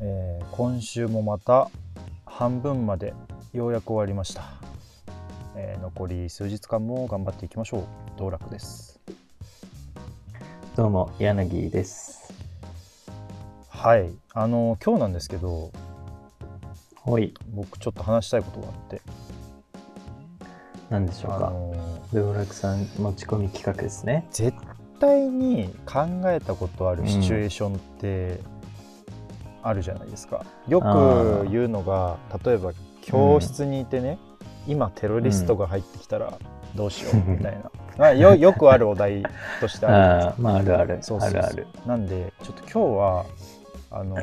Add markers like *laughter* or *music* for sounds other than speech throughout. えー今週もまた半分までようやく終わりました、えー残り数日間も頑張っていきましょう道楽ですどうも、柳です。はいあの今日なんですけどほい、僕ちょっと話したいことがあってなんでしょうあか。のー道楽さん持ち込み企画ですね。絶対に考えたことあるシチュエーションってあるじゃないですか、よあくー言うのが例えば教室にいてね、今テロリストが入ってきたらどうしようみたいな、まあ、よ *laughs* よくあるお題としてあるじゃないですああー、まああるある、そうそうそうあるある。なんでちょっと今日はあの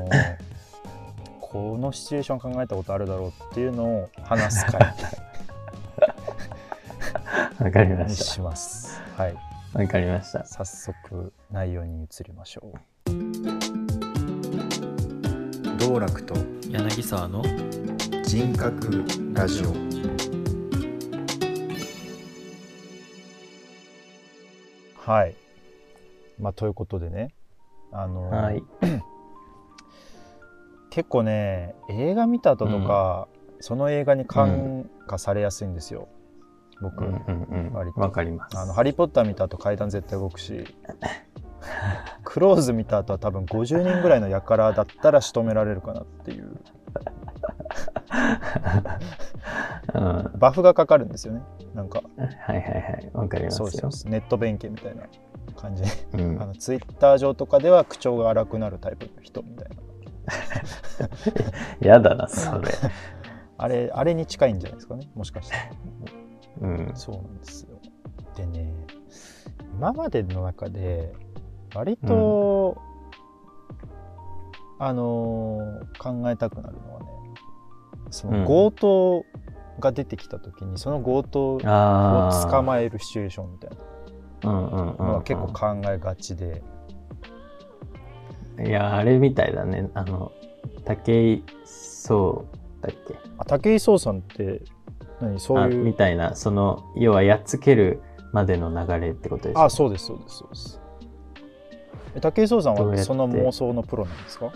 このシチュエーション考えたことあるだろうっていうのを話す *laughs* 会わかりまにしします。はい、た。わかりました。早速内容に移りましょう。道楽と柳沢の人格ラジオ。はい。まあということでね、あの、はい。結構ね映画見た後とか、その映画に感化されやすいんですよ、う僕、んうん割うん。とわかります。あの「ハリー・ポッター」見た後階段絶対動くしクローズ見た後は多分50人ぐらいの輩だったら仕留められるかなっていううん。はバフがかかるんですよねなんかいはいはい。わかりますそよ。うそうそうネット弁慶みたいな感じで *laughs* うあん。のツイッター上とかでは口調が荒くなるタイプの人みたいなやだな、それ。あれあれに近いんじゃないですかねもしかしてうん。 *laughs* そうなんですよ。でね今までの中で割と、あのー考えたくなるのはねそうんの強盗が出てきた時にその強盗をああ。捕まえるシチュエーションみたいなうんうんうん、のうはん。結構考えがちで、いや、あれみたいだね。あの、武井壮だっけあ武井壮さんって何そあういみうたいな、その、要はやっつけるまでの流れってことですあょそうですそうですそうですえ武井壮さんどうやっはてその妄想のプロなんですか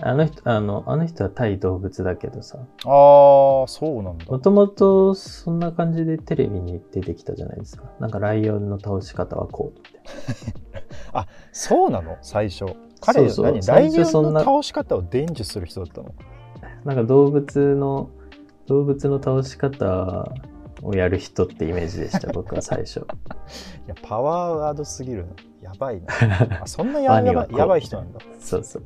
あの人、あの、あの人は対動物だけどさ、あーそうなんだもともとそんな感じでテレビに出てきたじゃないですか。なんかライオンの倒し方はこうみたいな。そうなの最初彼そうそう何ライ最初そオんンなの倒し方を伝授する人だったのなんか動物の、動物の倒し方をやる人ってイメージ *laughs* でした、僕は最初。いやパワーワードすぎるなやば *laughs* いなあそんなやワニやはばこうやばい人なんだそうそう。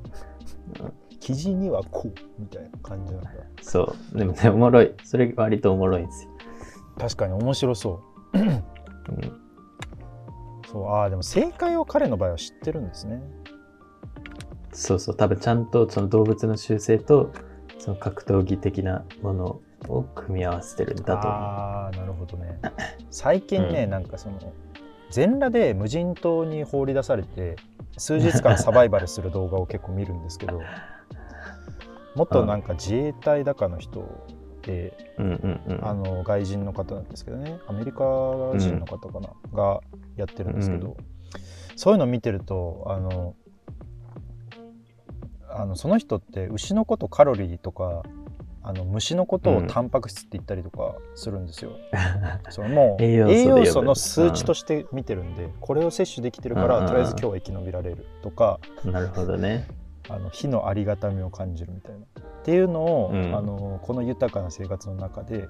記事にはこうみたいな感じなんだそう。でもね、おもろい。それ割とおもろいんですよ。確かに面白そううん、そうあーでも正解を彼の場合は知ってるんですねそうそう。多分ちゃんとその動物の習性と、その格闘技的なものを組み合わせてるんだと思う。ああなるほどね最近ね、うんなんかその全裸で無人島に放り出されて数日間サバイバルする動画を結構見るんですけ *laughs* ど元なんか自衛隊だかの人で、うんうんうん。あの外人の方なんですけどねアメリカ人の方かな、がやってるんですけど、そういうの見てるとあのあのその人って牛のことカロリーとかあの虫のことうをんタンパク質って言ったりとかするん *laughs* ですよ。それもう栄養素で栄呼ぶ養素の数値として見てるんで、これを摂取できてるかうんうんうらんとりあえず今日は生き延びられるとかなるほどね。あの火のありがたみを感じるみたいなっていうのを、うんあのこの豊かな生活の中で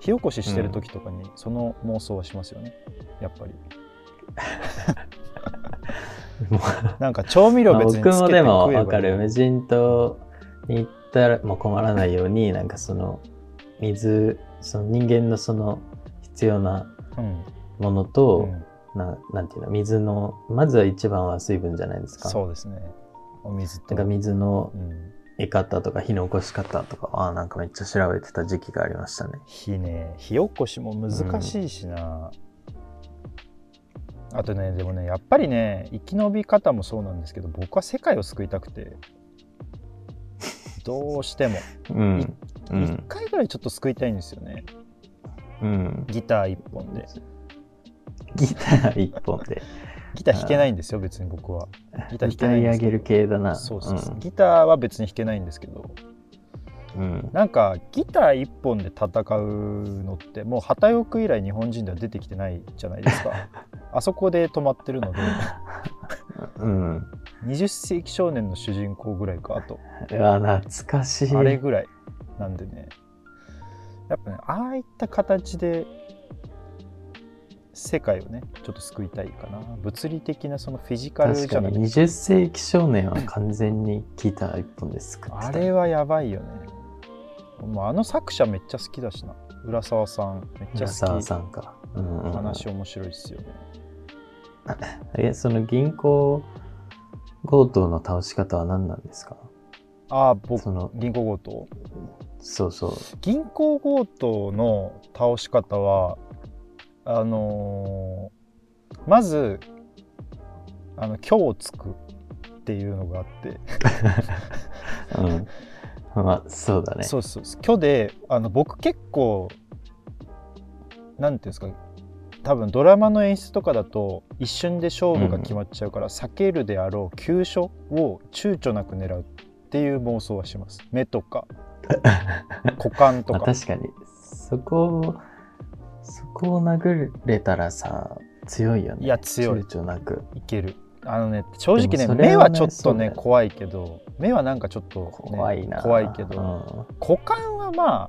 火起こししてる時とかにその妄想はしますよねやっ *laughs* ぱりもうなんか調味料まあ別につけ僕て食もえばいでいもわかる。無人島に行ったらもう困らないように、なんかその水、その人間のその必要なうんものうと、ん、ななんていうの、水の、まずは一番は水分じゃないですか。そうですねお水となんか水のうん、得方とか火の起こし方とかはなんかめっちゃ調べてた時期がありましたね。火ね火起こしも難しいしな、あとねでもねやっぱりね生き延び方もそうなんですけど僕は世界を救いたくて *laughs* どうしてもうん。う1ん。回ぐらいちょっと救いたいんですよね、うん。ギター1本でギター一本で。ギター弾けないんですよ別に僕はギター弾け歌ないいんで上すけげどる系だな。そうそうそうギターは別に弾けないんですけどうん。うん。なんかギター一本で戦うのってもう旗よく以来日本人では出てきてないじゃないです *laughs* かあそこで止まってるのでうん。う20世紀少年の主人公ぐらいかあとわ、懐かしい。あれぐらいなんでねやっぱねああいった形で世界をねちょっと救いたいかな物理的なそのフィジカル確じかゃなくにて20世紀少年は完全にギター一本で救ってた。あれはやばいよねもうあの作者めっちゃ好きだしな浦沢さんめっちゃ浦沢好きさんか。うんうん、うん。話面白いっすよねえ、その銀行強盗の倒し方は何なんですかああ僕その、銀行強盗そうそう。銀行強盗の倒し方はあのーまずあの「今日つく」っていうのがあって、うん。 *laughs* まあ、そうだね。そうそうそう「今日であの僕結構なんていうんですか多分ドラマの演出とかだと一瞬で勝負が決まっちゃうから、避けるであろう急所を躊躇なく狙うっていう妄想はします目とか股間と *laughs* まあ、か確かに。そこを、そこを殴れたらさ、強いよね。いや強い躊躇なく。いけるあのね正直ねでもそれはね目はちょっそとうだねよ怖いけど目はなんかちょっとね、怖いな。怖いけど、ど。股間はまあ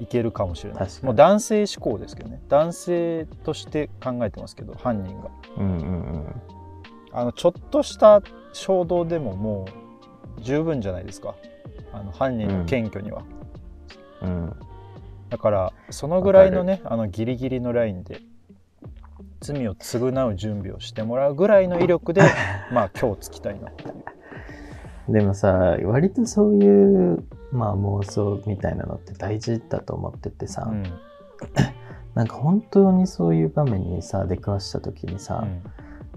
いけるかもしれない確かにもう男性思考ですけどね男性として考えてますけど犯人がうん、うん、うんあのちょっとした衝動でももう十分じゃないですかあの犯人の謙虚には、うん。うん。だからそのぐらいのねあのギリギリのラインで罪を償う準備をしてもらうぐらいの威力 *laughs* でまあ今日つきたいなでもさ割とそういう、まあ、妄想みたいなのって大事だと思っててさ、うんなんか本当にそういう場面にさ出くわした時にさ、うん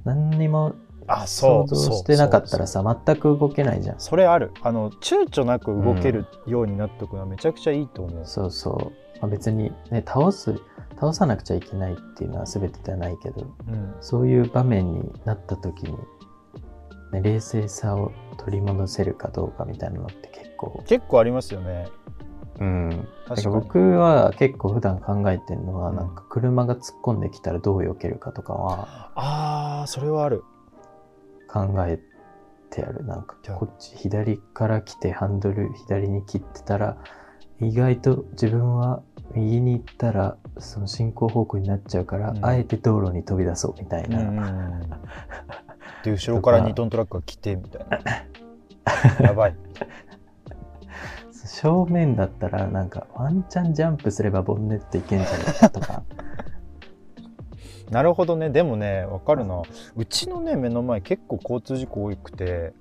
何にもあそ想う像そうしてなかったらそうさ全く動けないじゃんそれあるあの躊躇なく動けるようになっておくのはめちゃくちゃいいと思う、そうそう、まあ、別に、ね、倒す倒さなくちゃいけないっていうのは全てではないけどうんそういう場面になった時に、ね、冷静さを取り戻せるかどうかみたいなのって結構結構ありますよねうん確かだからに僕は結構普段考えてるのは、うんなんか車が突っ込んできたらどう避けるかとかはああそれはある考えてやるなんかじゃあこっち左から来てハンドル左に切ってたら意外と自分は右に行ったらその進行方向になっちゃうから、うんあえて道路に飛び出そうみたいうんな、うんうんで後ろから2トントラックが来てみたい *laughs* なやばい正面だったらなんかワンチャンジャンプすればボンネットいけんじゃないか *laughs* とかなるほどねでもねわかるなうちのね目の前結構交通事故多くて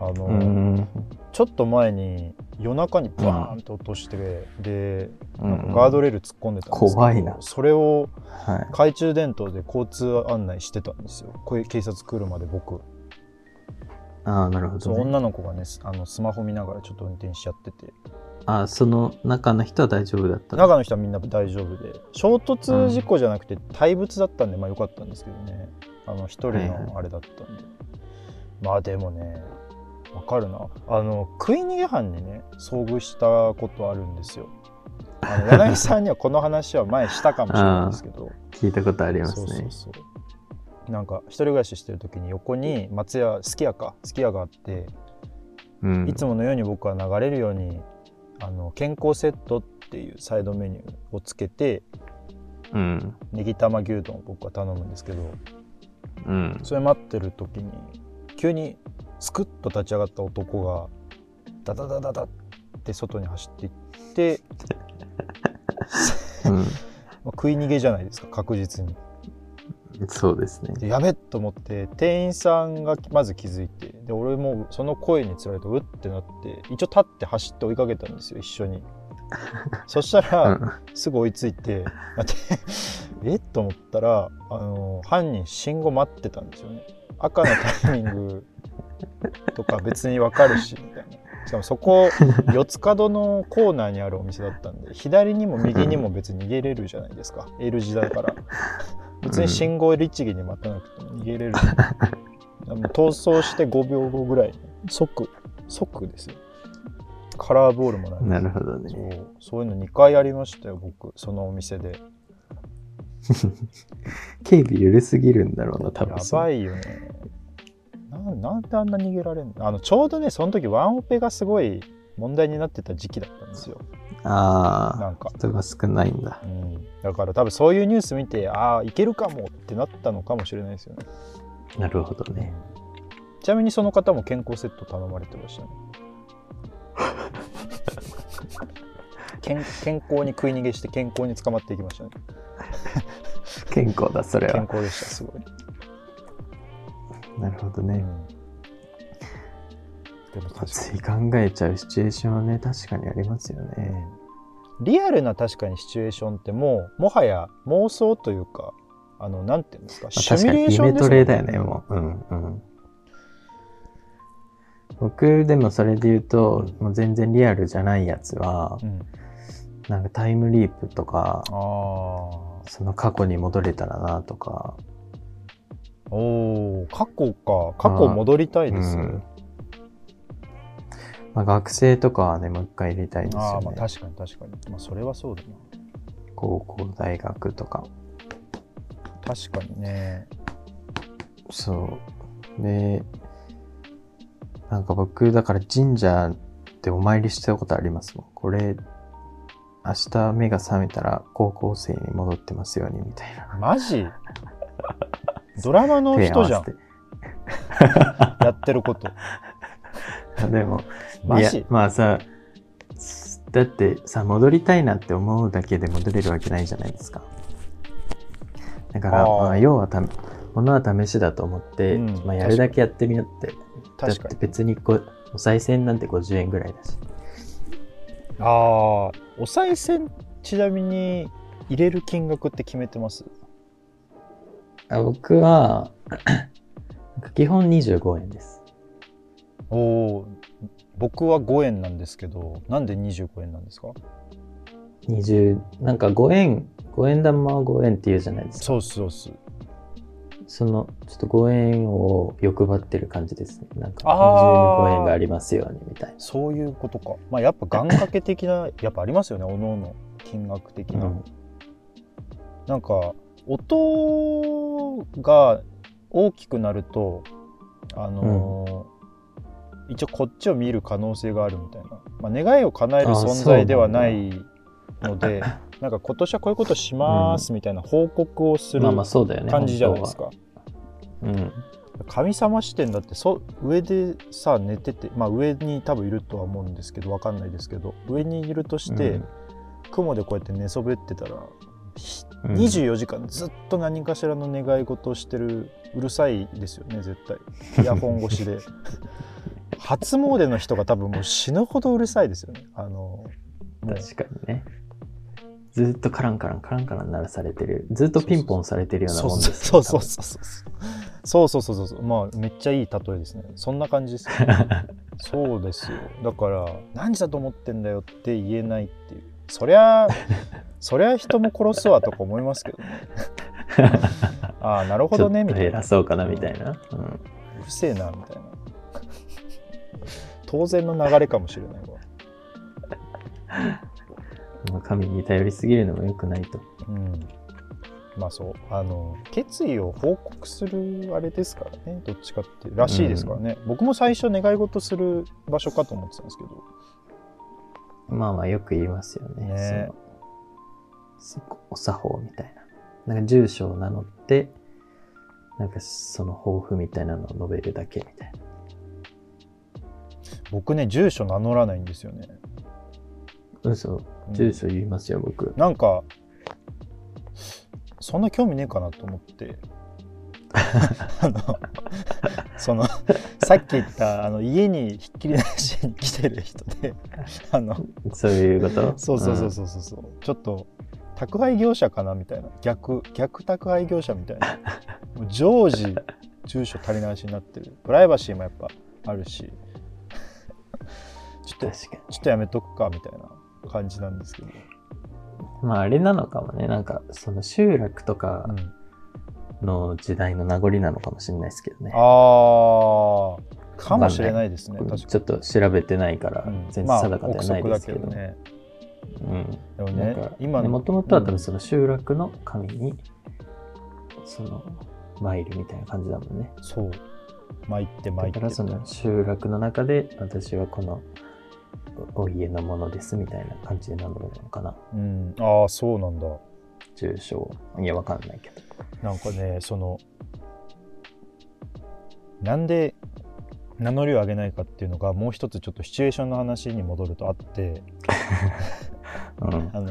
あの、うん、ちょっと前に夜中にバーンと落として、でうなんんかガードレール突っ込んでたんですけど、怖いなそれをはい懐中電灯で交通案内してたんですよこういう警察来るまで僕ああなるほそど、うね、女の子がねすあのスマホ見ながらちょっと運転しちゃっててあその中の人は大丈夫だったの中の人はみんな大丈夫で衝突事故じゃなくて対物だったんで、まあ良かったんですけどねあの一人はいはいのあれだったんで、まあでもねわかるなあの食い逃げ犯にね遭遇したことあるんですよあの柳井さんにはこの話は前したかもしれないんですけど聞いたことありますそうそねう。そうなんか一人暮らししてる時に横に松屋すき家かすき家があって、うんいつものように僕は流れるようにあの健康セットっていうサイドメニューをつけてうん。ネギ玉牛丼を僕は頼むんですけどうん。それ待ってる時に急にスクッと立ち上がった男がダダダダダって外に走っていって、うん。まあ食い逃げじゃないですか確実に。そうですね。でやべっと思って店員さんがまず気づいてで俺もその声につられてうってなって一応立って走って追いかけたんですよ一緒にそしたうらん。すぐ追いついて *laughs* 待ってえっと思ったらあの犯人信号待ってたんですよね赤のタイミングとか別にわかるし *laughs* みたいなしかもそこ四つ角のコーナーにあるお店だったんで左にも右にも別に逃げれるじゃないですか L 字だから別に信号律儀に待たなくても逃げれる、でも逃走して5秒後ぐらい即即ですよカラーボールもないなるほどそね。うそういうの2回ありましたよ僕そのお店で警備緩すぎるんだろうな、多や分そのばいよねなんなんであんな逃げられんのあのちょうどねその時ワンオペがすごい問題になってた時期だったんですよなああ、んか、人が少ないんだう。ん、だから多分そういうニュース見てああいけるかもってなったのかもしれないですよねなるほどね。ちなみにその方も健康セット頼まれてま *laughs* したね健健康に食い逃げして健康に捕まっていきましたね健康だ、それ健は。康でしたすごい、なるほどうんね。でも確かについ考えちゃうシチュエーションはね、確かにありますよね。リアルな確かにシチュエーションってもうもはや妄想というかあのなんていうんですかまあシミュレーションです夢トもんレだよね、もう。うんうん。僕でもそれで言うと、もう全然リアルじゃないやつは、うん、なんかタイムリープとか、ああその過去に戻れたらなとか、おー過去か過去戻りたいですようねんまあ、学生とかはねもう一回入れたいですあよあまねあ確かに確かにまあそれはそうだな高校大学とか確かにねそうでなんか僕だから神社でお参りしたことありますもんこれ明日目が覚めたら高校生に戻ってますようにみたいなマジ *laughs* ドラマの人じゃんやってることんでもマいやジまあさだってさ戻りたいなって思うだけで戻れるわけないじゃないですかだからあーまあ要はたものは試しだと思って、うんまあ、やるだけやってみようってだっ確かてに別にこうお賽銭なんて50円ぐらいだしああお賽銭ちなみに入れる金額って決めてますあ僕は *clears throat* 基本25円ですおお僕は5円なんですけどなんで25円なんですか20なんか5円5円玉は5円って言うじゃないですかそうっすそうっすそのちょっと5円を欲張ってる感じですねなんかあー25円がありますようにみたいなそういうことかまあやっぱ願掛け的な *laughs* やっぱありますよねおのおの金額的な、うんなんか音が大きくなるとあのー一応こっちを見る可能性があるみたいな、まあ、願いを叶えるあ存そうなんだ在ではないのでなんか今年はこういうことしますみたいな報告をするまあまあそうだよね感じじゃないですか、か、本当は神様視点だってそ上でさ寝ててまあ上に多分いるとは思うんですけどわかんないですけど上にいるとうしん、て、雲でこうやって寝そべってたら、ひうん、 24時間ずっと何かしらの願い事をしてるうるさいですよね絶対イヤホン越し *laughs* で初詣の人が多分もう死ぬほどうるさいですよねあのもう確かにねずっとカランカランカランカラン鳴らされてるずっとピンポンされてるようなそうもんですよそうそう多分そうそうそうそうそうそうそうそうまあめっちゃいい例えですねそんな感じ *laughs* ですよそうですよだから何時だと思ってんだよって言えないっていうそりゃそりゃ人も殺すわとか思いますけど *laughs* ねああなるほちどょっとねみたい減ならうそうかなみたいな、うんるせえなみたいな当然の流れかもしれないわまあ神に頼りすぎるのも良くないとうんまあそうあの決意を報告するあれですからねどっちかってらしいですからね、僕も最初願い事する場所かと思ってたんですけどまあまあよく言いますよねねそのそこお作法みたいななんか住所を名乗ってなんかその抱負みたいなのを述べるだけみたいな僕ね住所名乗らないんですよね、嘘うん住所言いますよ僕、なんかそんな興味ねえかなと思って *laughs* あのそのさっき言ったあの家にひっきりなしに来てる人であのそういうことそうそうそうそうそうそう、ちょっと宅配業者かなみたいな逆逆宅配業者みたい *laughs* なもう常時住所足りないしになってるプライバシーもやっぱあるしちょっとうんち確かにょっとやめとくかみたいな感じなんですけど、まああれなのかもねなんかその集落とかうんの時代の名残なのかもしれないですけどね。ああかもしれないですね僕確かちょっと調べてないからに、、全然まあ定かではないですけど。憶測だけうんどねでもなんねか今ものともとは多分その集落の神に、その参るみたいな感じだもんね。そう参って参だっかてらその集落の中で私はこのおお家のものですみたいな感じで名乗るのかな。うん、ああそうなんだ重症。いや、わかんないけど。なんかねそのなんで名乗りを上げないかっていうのがもう一つちょっとシチュエーションの話に戻るとあってうん。あの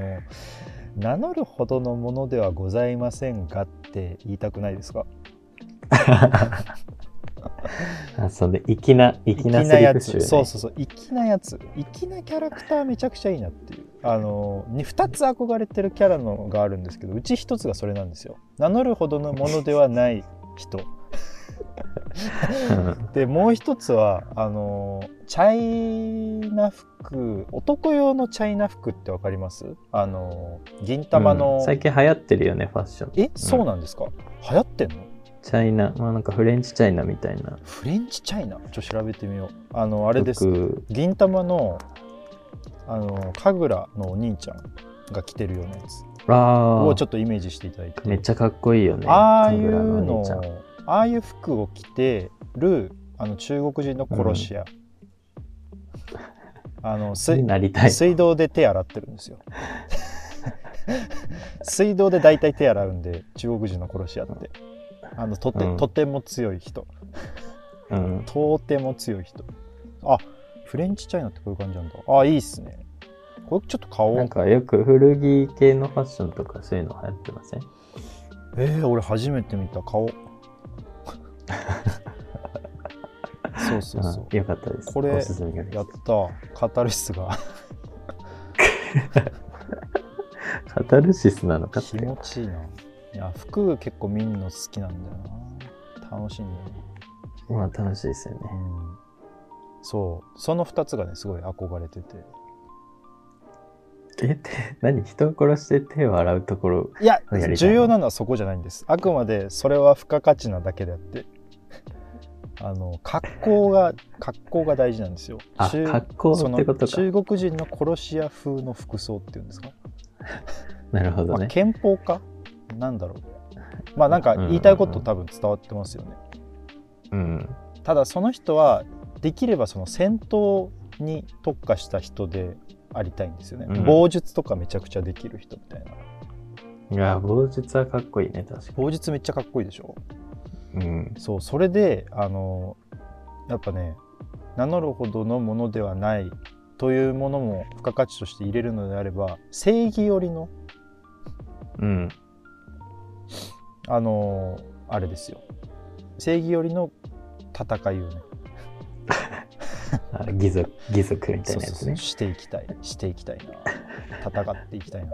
名乗るほどのものではございませんがって言いたくないですかあそんで、粋な、粋なセリやフつ、集、ね。そうそうそう粋なやつ粋なキャラクターめちゃくちゃいいなっていうあのに2つ憧れてるキャラのがあるんですけどうち1つがそれなんですよ名乗るほどのものではない人うんでもう一つはあのチャイナ服男用のチャイナ服ってわかりますあの銀玉の、うん最近流行ってるよね、ファッション。えそうなんですか、流行ってんのチャイナ、まあなんかフレンチチャイナみたいな。フレンチチャイナちょっと調べてみようあのああれです銀玉のあの神楽のお兄ちゃんが着てるようなやつあをあちょ、っとイメージしていただいてめっちゃかっこいいよね。ああい神楽うおの姉ちゃんああいう服を着てるあの中国人の殺し屋、あのすいになりたい。水道で手洗ってるんで *laughs* すよ水道で大体手洗うんで中国人の殺し屋ってあのとて,、うんとても強い人うん。とても強い人あフレンチチャイナってこういう感じなんだあいいっすねこれちょっと顔なんかよく古着系のファッションとかそういうの流行ってませんえー、俺初めて見た *laughs* 顔そうそうそううんよかったです。これおすすめがでやきったカタルシスがたカタルシスなのかっ気て。持ちいいないや服結構見るの好きなんだよな楽しいんだよな今楽しいですよね。うんそうその2つがねすごい憧れててえ、て、何人を殺して手を洗うところ。いややりたいな重要なのはそこじゃないんですあくまでそれは付加価値なだけであって *laughs* あの格好が格好が大事なんですよあ、中格好そっのてことか。中国人の殺し屋風の服装っていうんですか、なるほまどあ、ね。憲法かなんだろうまあなんか言いたいこと多分伝わってますよねうん。ただその人はできればその戦闘に特化した人でありたいんですよね、うん棒術とかめちゃくちゃできる人みたいないや、棒術はかっこいいね、確か棒術めっちゃかっこいいでしょに。うん。そうそれであのやっぱね名乗るほどのものではないというものも付加価値として入れるのであれば正義寄りのうん。あのあれですよ正義寄りの戦いをねあ、義族、義族みたいそうなそやうつそねう。していきたいしていきたいな戦っていきた *laughs* い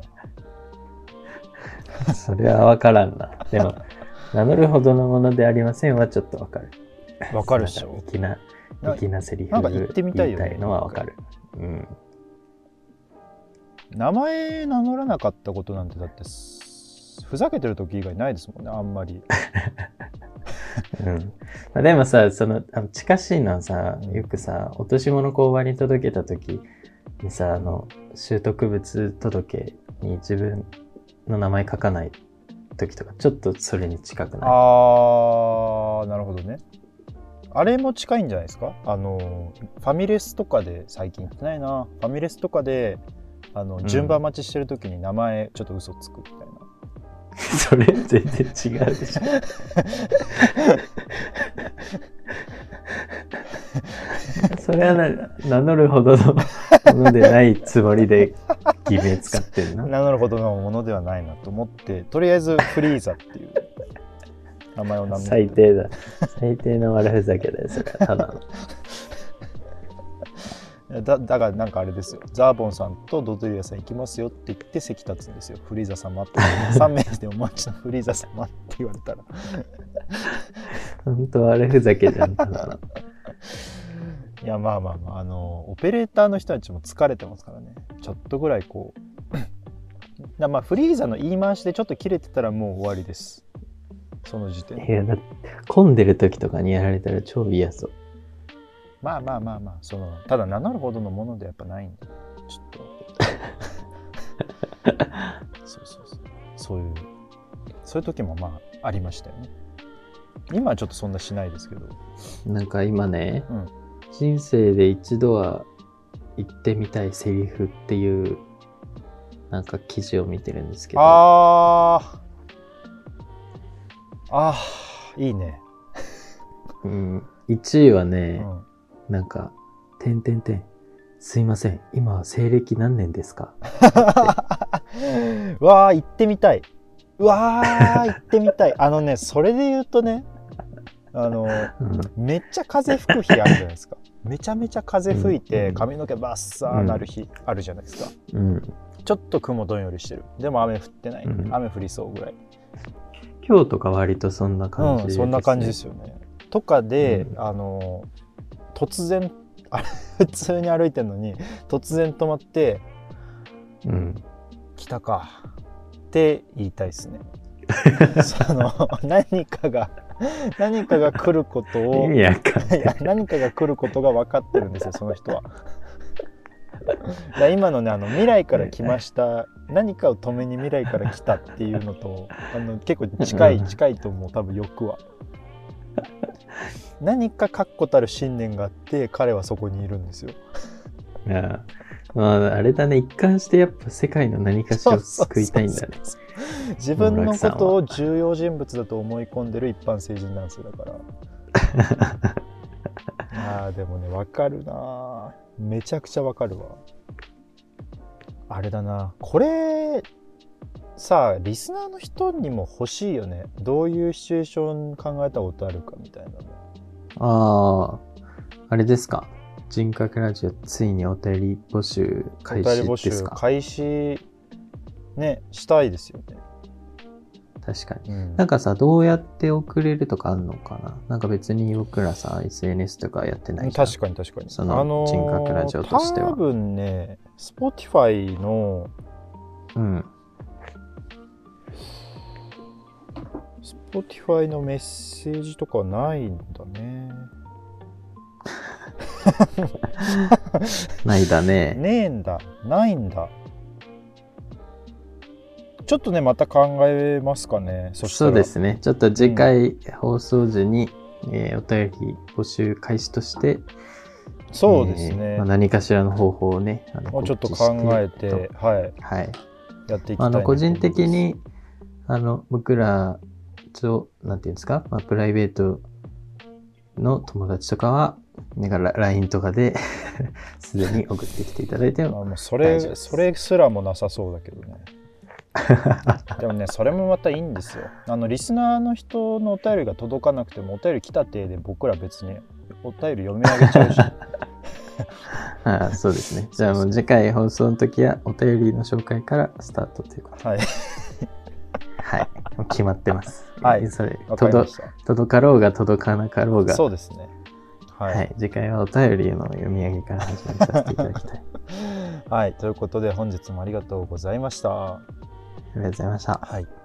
なそれはわからんな。*laughs* でも、名乗るほどのものでありませんはちょっとわかる。わかるでしなんょ粋な、な粋なセリフなんか言ってみたいよね言いたいのはわかる。うん。名前名乗らなかったことなんてだってすふざけてる時以外ないですもんねあんまりうんまあ、でもさそのあの近しいのはさよくさ落とし物交番に届けた時にさあの拾得物届に自分の名前書かない時とかちょっとそれに近くないあーなるほどねあれも近いんじゃないですかあのファミレスとかで最近行ってないなファミレスとかであのん順番待ちしてる時に名前ちょっと嘘つくみたいな、 *laughs* それ全然違うでしょそれはな名乗るほどのものでないつもりで偽名使って *laughs* るな名乗るほどのものではないなと思ってとりあえずフリーザっていう名前を名乗って最低だ最低の悪ふざけだよそれはただのだだからなんかあれですよザーボンさんとドドリアさん行きますよって言って席立つんですよフリーザ様って3名でお待ちのフリーザ様って言われたら本当あれふざけじゃんただのいやまあまあまああのオペレーターの人たちも疲れてますからねちょっとぐらいこうだからまあフリーザの言い回しでちょっと切れてたらもう終わりですその時点でいや、だって混んでる時とかにやられたら超嫌そう。まあまあまあまあそのただ名乗るほどのものでやっぱないんでちょっと *laughs* そうそうそうそういうそういう時もまあありましたよね今はちょっとそんなしないですけどなんか今ね、うん人生で一度は言ってみたいセリフっていうなんか記事を見てるんですけどあーあーいいね、うん、1位はうね、ん、なんか「てんてんてんすいません今は西暦何年ですか?う *laughs* わあ行ってみたいうわあ行ってみたいあのねそれで言うとねあの」うんめっちゃ風吹く日あるじゃない *laughs* ですかめちゃめちゃ風吹いうてん髪の毛バッサーなる日あるじゃないですか、うん、ちょっと雲どんよりしてるでも雨降ってない、うん雨降りそうぐらい、今日とか割とそんな感じうでん、す、そんな感じですよねとかで、うんあの突然あれ普通に歩いてるのに突然止まってうん「来たか」って言いたいです *laughs* ねその何かが何かが来ることを意味わかんないいや何かが来ることが分かってるんです *laughs* よその人は。だから今のねあの未来から来ました何かを止めに未来から来たっていうのとあの結構近ういん近いと思う多分欲 *laughs* は。何か確固たる信念があって彼はそこにいるんですよ。ああまああれだね一貫してやっぱ世界の何かしらを救いたいんだねそうそうそうそう。自分のことを重要人物だと思い込んでる一般成人男性だから。 *laughs* あーでもねわかるなめちゃくちゃわかるわあれだなこれさあリスナーの人にも欲しいよねどういうシチュエーション考えたことあるかみたいなのああ、あれですか。人格ラジオ、ついにお便り募集開お便り募始で集すか。開始ねしたいですよね、確かに。うんなんかさ、どうやって送れるとかあんのかななんか別に僕らさ、SNS とかやってないじゃん確かに確かにそのー人格ラジオとしては多分ね Spotify のうん。 Spotify のメッセージとかはないんだねないだね。ねえんだないんだちょっとねまた考えますかねそしたそらうですね。ちょっと次回放送時に、えーお便り募集開始として、そうですね、えーまあ何かしらの方法をね、あのもうちょっと告知考してえてえっはいとはい。やっていきたいあなのと個思い人ます的にあの僕らとなんていうんですか、まあ、プライベートの友達とかはなんかラ LINE とかで *laughs* すでに送ってきていただいてあももうそ大丈夫れですそれすらもなさそうだけどね *laughs* でもねそれもまたいいんですよあのリスナーの人のお便りが届かなくてもお便り来た体で僕ら別にお便り読み上げちゃうし *laughs* ああそうですねじゃあもう次回放送の時はお便りの紹介からスタートということはいではいもう決まってますはいそれわかりま届した届かろうが届かなかろうがそうですねはい、はい、次回はお便りの読み上げから始めさせていただきたいありはい、ということで本日もありがとうございましたがとうございましたはい